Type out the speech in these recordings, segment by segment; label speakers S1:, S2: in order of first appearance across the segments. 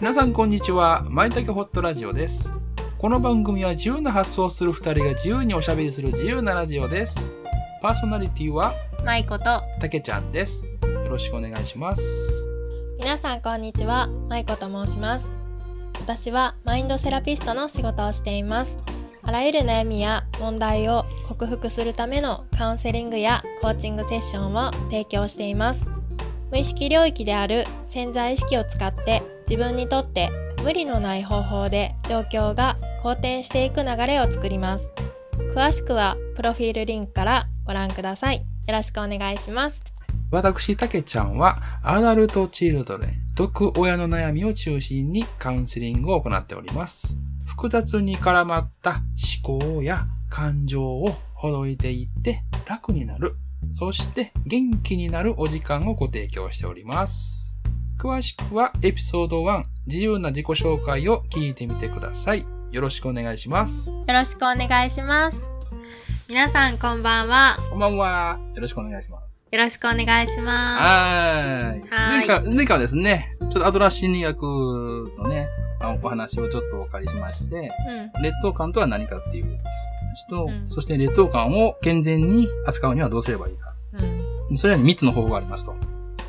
S1: 皆さんこんにちは。まいたけホットラジオです。この番組は自由な発想をする二人が自由におしゃべりする自由なラジオです。パーソナリティは
S2: まいこと
S1: たけちゃんです。よろしくお願いします。
S2: 皆さんこんにちはまいこと申します私はマインドセラピストの仕事をしていますあらゆる悩みや問題を克服するためのカウンセリングやコーチングセッションを提供しています無意識領域である潜在意識を使って自分にとって無理のない方法で状況が好転していく流れを作ります詳しくはプロフィールリンクからご覧くださいよろしくお願いします
S1: 私、たけちゃんはアダルトチルドレン、毒親の悩みを中心にカウンセリングを行っております。複雑に絡まった思考や感情をほどいていって楽になる。そして元気になるお時間をご提供しております。詳しくはエピソード1、自由な自己紹介を聞いてみてください。よろしくお願いします。
S2: よろしくお願いします。皆さんこんばんは。
S1: こんばんは。よろしくお願いします。
S2: よろしくお願いしま
S1: はーい。
S2: はー
S1: 前
S2: い
S1: 回、前回はですね、ちょっとアドラー心理学のね、あお話をちょっとお借りしまして、
S2: す。うん。
S1: 劣等感とは何かっていう。ちょっと、
S2: うん
S1: そして劣等感を健全に扱うにはどうすればいいか。
S2: うん。
S1: それらに3つの方法がありますと。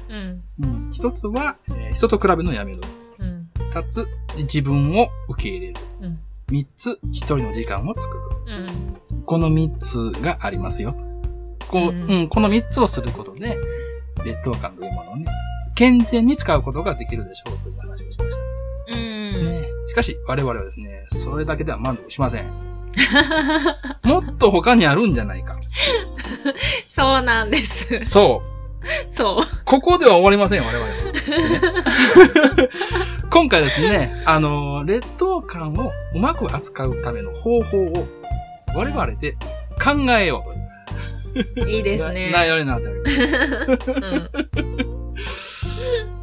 S2: うん。
S1: うん、1つは、えー人と比べるのをやめる。
S2: うん。
S1: 2つ、自分を受け入れる。
S2: うん。
S1: 3つ、一人の時間を作る。
S2: うん。
S1: この3つがありますよ。こう、う、
S2: うんん
S1: この3つをすることで、劣等感というものをね、健全に使うことができるでしょうという話をしました。
S2: う
S1: ね
S2: ん。
S1: しかし、我々はですね、それだけでは満足しません。もっと他にあるんじゃ ないか。
S2: そうなんです。
S1: そう。
S2: そう。
S1: ここでは終わりませんよ、我々は。 ね今回ですね、あの、劣等感をうまく扱うための方法を、我々で考えようという。
S2: いいです
S1: な内
S2: ね。
S1: 容になっております。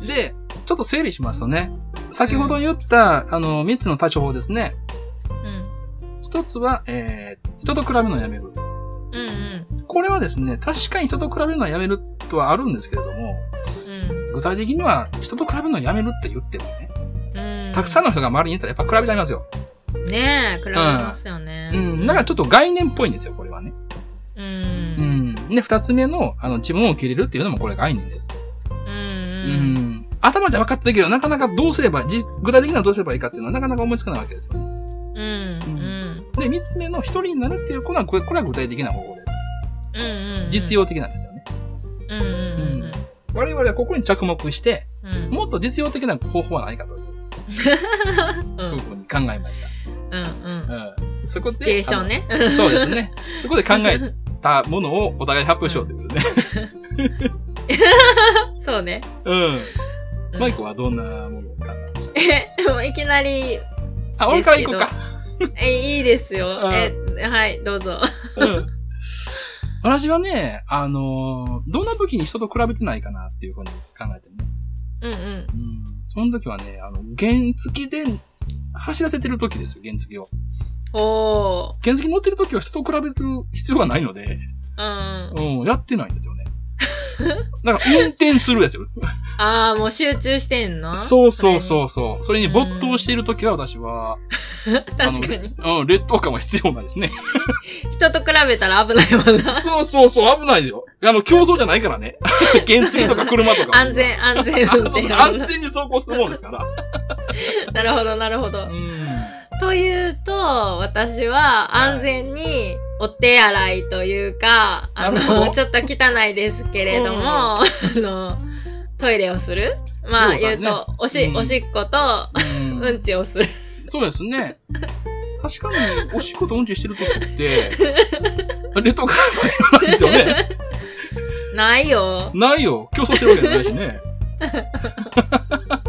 S2: うん。
S1: で、ちょっと整理しますとね、先ほど言った、あの、3つの対処法ですね。1つは、えー、人と比べるのをやめる。
S2: うん。うん。
S1: これはですね、確かに人と比べるのはやめるとはあるんですけれども、
S2: うん。
S1: 具体的には人と比べるのをやめるって言ってもね、
S2: うん。
S1: たくさんの人が周りにいたらやっぱ比べちゃいますよ。
S2: ねえ、比べますよね。
S1: うん、だからちょっと概念っぽいんですよ、これはね。
S2: う。
S1: うんん。で、2つ目の、あの、自分を受け入れるっていうのもこれ概念です。
S2: う。
S1: うんん。頭じゃ分かってるけど、なかなかどうすれば、じ具体的にはどうすればいいかっていうのはなかなか思いつかないわけですよね。
S2: うん。うん。
S1: で、三つ目の一人になるっていうことは、これこれは具体的な方法です。
S2: うん。
S1: 実。用的なんですよね。
S2: うん。うん。
S1: 我々はここに着目して、
S2: うん。
S1: もっと実用的な方法はないかという
S2: うん。
S1: ふうに考えまし
S2: うん。うん。
S1: た。うん。そこで。
S2: シチュエーションね。
S1: あの。そうですね。そこで考えたものをお互い発表しようということでね。
S2: そうね。
S1: うん。マイコはどんなものを考えました
S2: え、もういきなり、
S1: あ、俺から行こうか。
S2: え、いいですよ
S1: うん。
S2: え、はい、どうぞ。
S1: うん。私はね、あのーどんな時に人と比べてないかなっていうふうに考えてね。
S2: うんうん。
S1: うんその時はね、あの、原付で走らせてる時ですよ、原付を。
S2: おー。
S1: 原付乗ってる時は人と比べる必要がないので、
S2: うん。あ
S1: うん、やってないんです よね。だから運転するですよ。
S2: あー、もう集中してんの
S1: そうそう
S2: う。
S1: そうそう。それに没頭している時は私は、
S2: 確かに。
S1: うん、劣等感は必要ないですね。
S2: 人と比べたら危ないもん な。
S1: そうそうそう、危ないですよ。あの、競争じゃないから ね。原付とか車とか。
S2: 安。全、安全運
S1: そうそう
S2: 転。
S1: 安全に走行するもんですから。
S2: なるほど、なるほど。
S1: う
S2: というと、私は安全にお手洗いというか、
S1: な
S2: あ
S1: るほど
S2: の、ちょっと汚いですけれども、
S1: うん
S2: あの、トイレをするまあ、
S1: そうだね
S2: 言うと、おし、
S1: うん
S2: おしっこと、
S1: ん。うん
S2: うんちをする。
S1: そうですね。確かに、おしっことうんちしてる時 って、劣等感ないですよね。
S2: ないよ。
S1: ないよ。競争してるわけじゃないしね。
S2: こ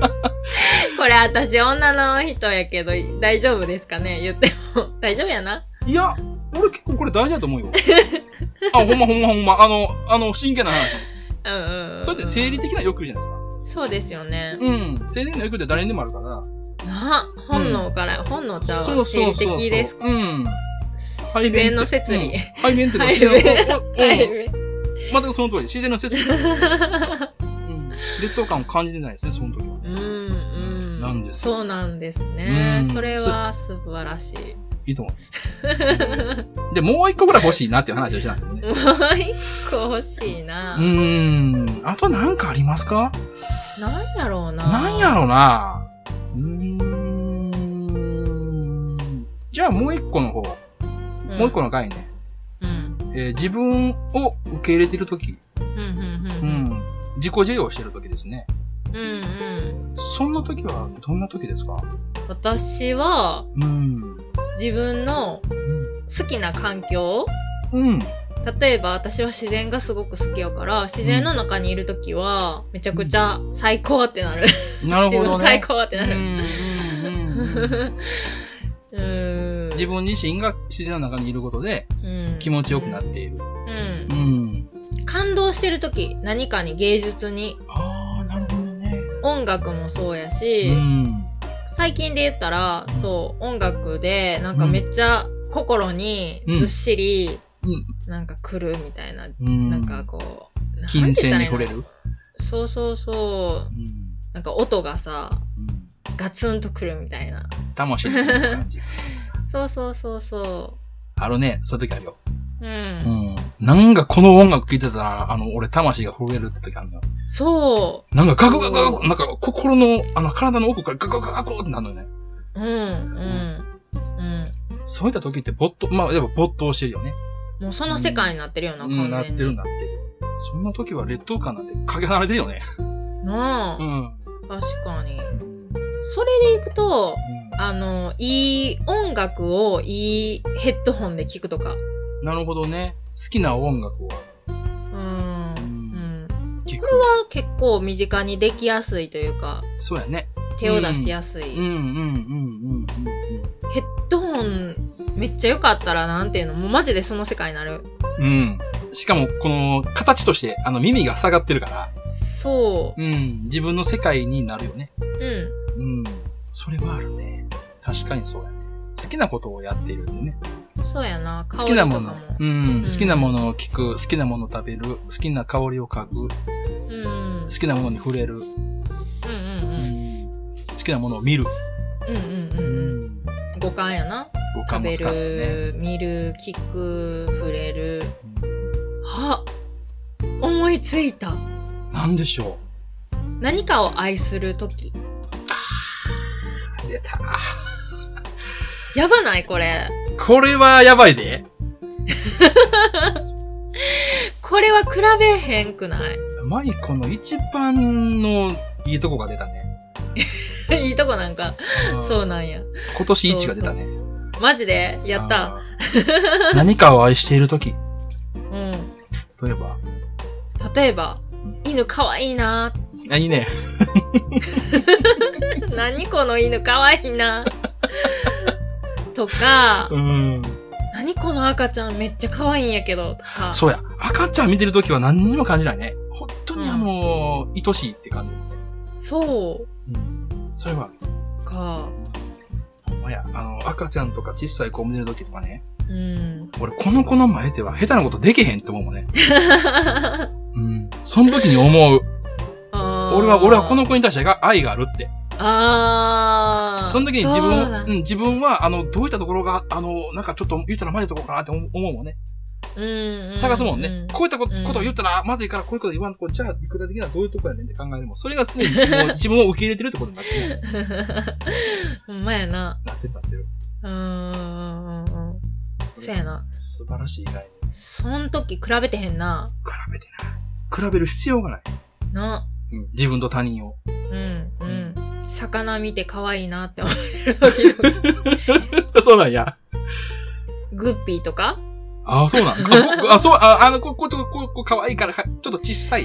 S2: れ私女の人やけど、大丈夫ですかね言っても。 大丈夫やな。
S1: いや、俺結構これ大事だと思うよ。あ、ほんまほんまほんま。あの、あの、真剣な話。
S2: うんうん、うん。
S1: それって生理的な欲求じゃないですか。
S2: そうですよね。
S1: うん。生理的な欲求って誰にでもあるから。
S2: な本能から、本能ちゃうわ
S1: そうそうそうそう。
S2: 生理的です。
S1: うん。
S2: 自然の摂 理。
S1: 背面っていうのは自然の、うん
S2: はい
S1: うん。全くその通り。自然の摂理。うん。劣等感を感じてないですね、その時は。
S2: うんうん。
S1: ななんですよ。
S2: そうなんですね
S1: うん。
S2: それは素晴らしい。
S1: いいと思う。で、もう一個ぐらい欲しいなっていう話をしたんですよね。
S2: もう一個欲しいうな。
S1: ーん。あとなんかありますか
S2: なんやろうな。
S1: なんやろなうーん。じゃあもう一個の方、
S2: うん
S1: もう一個の回ね。
S2: うん。
S1: えー自分を受け入れてるとき、
S2: うんうん
S1: う
S2: うん
S1: ん。自己受容してるときですね。
S2: うん。うんうん。
S1: そんなときはどんなときですか
S2: 私は
S1: うん。
S2: 自分の好きな環境
S1: うん。
S2: 例えば私は自然がすごく好きやから、自然の中にいるときは、めちゃくちゃ最高ってなる。
S1: なる
S2: 自
S1: ほど
S2: 分
S1: ね。
S2: 最高ってな
S1: う
S2: る。
S1: んうんうんうん
S2: うーん。
S1: 自分自身が自然の中にいることで
S2: うん
S1: 気持ちよくなっている。
S2: うん
S1: う。ん。
S2: 感動してるとき、何かに芸術に、
S1: ああ、なるほどね。
S2: 音楽もそうや
S1: う
S2: し、
S1: ん。
S2: 最近で言ったら、そう、音楽で、なんかめっちゃ心にずっしり、
S1: うん
S2: なんか来るみたいな、
S1: うん。
S2: なんかこう、
S1: 金銭に
S2: 来
S1: 触れ。る。
S2: そうそうそうう。
S1: ん。
S2: なんか音がさ、
S1: うん
S2: ガツンと来るみたいな。
S1: 魂みたいな感 じ。
S2: そうそうそうそ
S1: あのね、そういう時あるよ。
S2: う。う。
S1: うんん。なんかこの音楽聴いてたら、あの、俺魂が震えるって時あるのよ。
S2: そ
S1: なんかガクガクガク、なんか心の、あの、体の奥からガクガクガクってなるのよね。
S2: う。うん、うん。うん。
S1: そういった時って没頭、まあ、やっぱ没頭してるよね。
S2: もうその世界になってるような、
S1: うん、なっ
S2: 完
S1: て
S2: 全に。
S1: るなってる。そんな時は劣等感なんてかけ離れてるよね。
S2: なあ、
S1: うん。
S2: 確かに。それでいくと、あの、いい音楽をいいヘッドホンで聞くとか。
S1: なるほどね。好きな音楽を
S2: うん。うん。
S1: 聴く
S2: こ。れは結構身近にできやすいというか、
S1: そうやね。
S2: 手を出しやすい。
S1: うんうんうんうんう
S2: ヘッドホンめっちゃ良かったらなんていうの、もうマジでその世界になる。
S1: んうん。うん。しかも、この、形として、あの、耳が塞がってるから、
S2: そ
S1: うん、自分の世界になるよね。
S2: う。う
S1: うん。それはあるね。確かにそうやね。好きなことをやっているんでね。
S2: ん。そうやな。香
S1: 好
S2: り
S1: き
S2: とか
S1: な
S2: も。
S1: もの。うん。
S2: ん
S1: 好きなものを聞く。好きなものを食べる。好きな香りを嗅ぐ。好
S2: うん。うん
S1: きなものに触れる。
S2: うんうん。
S1: 好きなものを見る。
S2: うんうんうんうん。五感やな。
S1: 五感
S2: 食
S1: も
S2: べ
S1: 使ってね。
S2: る、見る、聞く、触れる。あ思いついた。
S1: なんでしょ
S2: 何かを愛するとき。
S1: う。出た。
S2: やばないこれ。
S1: これはやばいで。
S2: これは比べへんくない
S1: マイコの一番のいいとこが出たね。。
S2: いいとこなんか。そううんなんや。
S1: 今年一が出たね。
S2: マジでやった。
S1: あー。何かを愛しているとき。
S2: うん。
S1: 例えば。
S2: 例えば
S1: ん、
S2: 犬かわいいな。
S1: あ、いいね。
S2: 何この犬かわいいな。 とか、
S1: うん。
S2: 何この赤ちゃんめっちゃ可愛いんやけど、とか。
S1: そうや。赤ちゃん見てるときは何にも感じないね。本当にあの、愛しいって感じだね。
S2: そ
S1: うん。それは、
S2: うか。
S1: ほんまや。あの、赤ちゃんとか小さい子を見てるときとかね。
S2: うん。
S1: 俺、この子の前では下手なことできへんって思うもんね。うん。その時に思う。俺
S2: 俺
S1: は、俺はこの子に対してが愛があるって。
S2: あー
S1: その時に自
S2: そう
S1: 分
S2: な
S1: を、
S2: ん
S1: うん、自分は、あの、どういったところが、あの、なんかちょっと言ったらまずいところかなって思う思うもんね。
S2: うんうん
S1: 探すもんね。
S2: う
S1: こういったこ
S2: うん
S1: ことを言ったらまずいから、こういうこと言わんと、じゃあ、具体的にはどういうとこやねんって考えるもん。それが常にもう自分を受け入れてるってことになってる。
S2: ほんまやな。
S1: なってるなってる。
S2: うーんうんうんうん。
S1: れが
S2: そやな
S1: 素晴らしい以外に
S2: そん時比べてへんな。
S1: 比べてない。比べる必要がない。
S2: な。
S1: うん、自分と他人を。
S2: うんう
S1: うん
S2: ん。魚見て可愛いなって思えるわけよ。
S1: そうなんや。
S2: グッピーとか
S1: ああ、そうなんあごあ、そう、あ、あの、こ、こ、こ、こ、こ、可愛いからか、ちょっと小さい。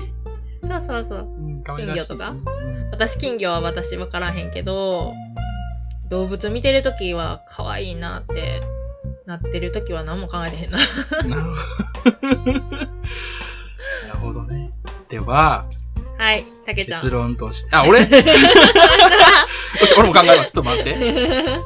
S2: そうそうそう。
S1: うん、可愛い
S2: 金
S1: らし
S2: 魚
S1: い
S2: とか
S1: うん
S2: 私金魚は私分からへんけど、動物見てる時は可愛いなってなってる時は何も考えてへんな。
S1: うん なるほど。なるほどね。では、
S2: はい、たけちゃん
S1: 結。論として、あ、俺 よし、俺も考えます。ちょっと待って。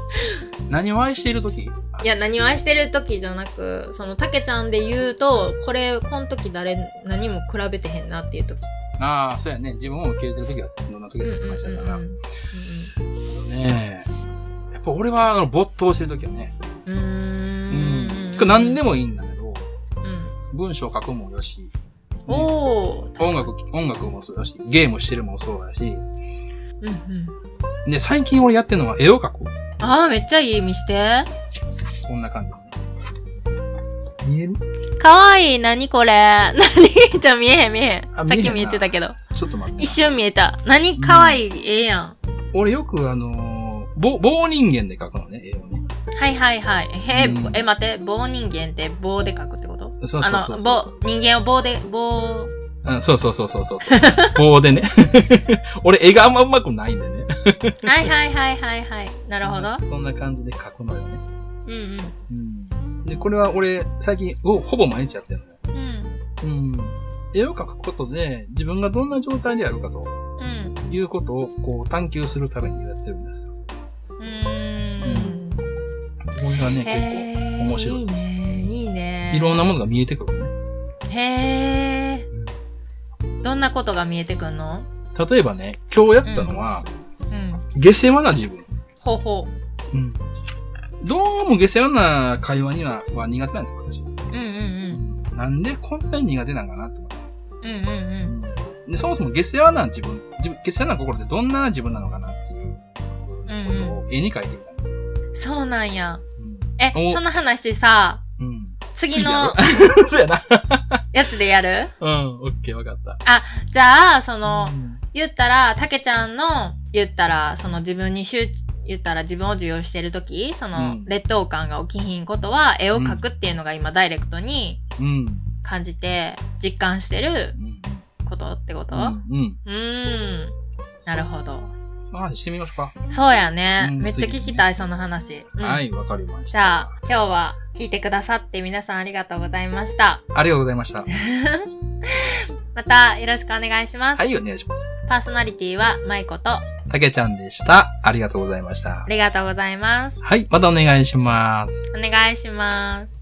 S1: 何を愛している時
S2: いや、何を愛してる時じゃなく、その、たけちゃんで言うと、これ、この時誰、何も比べてへんなっていう時。
S1: ああ、そうやね。自分を受け入れてる時は、どんな時
S2: うん
S1: だ
S2: う
S1: って
S2: んうん
S1: 話だ
S2: うん
S1: から。なるねえ。やっぱ俺は、あの、没頭してる時はね、
S2: うー
S1: うん
S2: ん。。
S1: 何で
S2: も。
S1: もいいんだけど、
S2: うん。
S1: 文章書くもよし、ね
S2: おー。
S1: 音楽、音楽もそうだし、ゲームしてるもそうだし、
S2: うんうん。
S1: で、最近俺やってるのは絵を描く。
S2: あー、めっちゃいい。見して。
S1: こんな感じ。見える
S2: かわいい。何これ。何 じゃあ見えへん見えへん。
S1: あ
S2: さっ
S1: 見えへん
S2: き
S1: な
S2: 見えてたけど。
S1: ちょっと待って
S2: 一。瞬見えた。何かわいい。ええやん。
S1: 俺よくあのー棒、棒人間で描くのね、絵をね。
S2: はいはいはい。へえ、
S1: うん
S2: え、待って。棒人間って棒で書くってこと
S1: そうそうそうそうそう。
S2: あの、棒、人間を棒で、棒。
S1: うん、そうそうそうそう そうそう。棒でね。 俺絵があんま上手くないんでね。
S2: はいはいはいはいはい。なるほど。
S1: そんな感じで描くのよね。
S2: うん
S1: うん。で、これは俺、最近、ほほぼ毎日やってるのよ。
S2: うん。うん。
S1: うん。絵を描くことで、自分がどんな状態であるかと
S2: うん。
S1: いうことを、こう、探求するためにやってるんですよ。
S2: うーん。
S1: これがね、結
S2: へー
S1: 面白いです
S2: いね。いいね。
S1: 構、いろんなものが見えてくるね。
S2: へえ。どんなことが見えてくんの
S1: 例えばね、今日やったのは、
S2: うん。
S1: 下世話な自分。
S2: ほうほ
S1: うん。どうも下世話な会話にはは苦手なんですよ、私。
S2: う。うんうん
S1: なんでこんなに苦手なんかなって思って。
S2: うん。うんうん
S1: で、そもそも下世話な自分、自分下世話な心ってどんな自分なのかなっていうことを絵に描いてみたんですよ。
S2: うん。そうなんや。
S1: お
S2: え、その話さ、
S1: うん。うん。
S2: 次の
S1: るそうや な。
S2: やつでやる
S1: うん、オッケー、わかった。
S2: じゃあ、その
S1: う、ん
S2: 言ったら、たけちゃんの、言ったら、その自分に集中、言ったら自分を受容してるとき、その、
S1: うん
S2: 劣等感が起きひんことは、絵を描くっていうのが今ダイレクトに
S1: うん。
S2: 感じて、実感してる
S1: うん。
S2: ことってこと、
S1: うん。うん。
S2: うーん。なるほど。
S1: ど。その話してみましょうか。
S2: そうやね。
S1: うん
S2: めっちゃ聞きたい、その話。うん
S1: はい、わかりまし
S2: じ
S1: た。
S2: ゃあ、今日は聞いてくださって皆さんありがとうございました。
S1: ありがとうございました。
S2: またよろしくお願いします。
S1: はい、お願いします。
S2: パーソナリティは舞子とあ
S1: たけちゃんでした。ありがとうございました。
S2: りがとうございます。
S1: はい、またお願いします。
S2: お願いします。